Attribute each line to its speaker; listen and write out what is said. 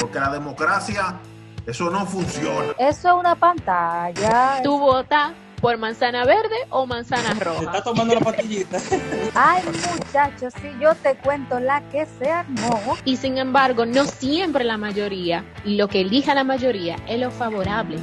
Speaker 1: Porque la democracia, eso no funciona.
Speaker 2: Eso es una pantalla.
Speaker 3: Tú votas por manzana verde o manzana
Speaker 4: Se
Speaker 3: roja.
Speaker 4: está tomando la pastillita.
Speaker 2: Ay, muchachos, si yo te cuento la que se armó.
Speaker 3: Y sin embargo, no siempre la mayoría, y lo que elija la mayoría, es lo favorable.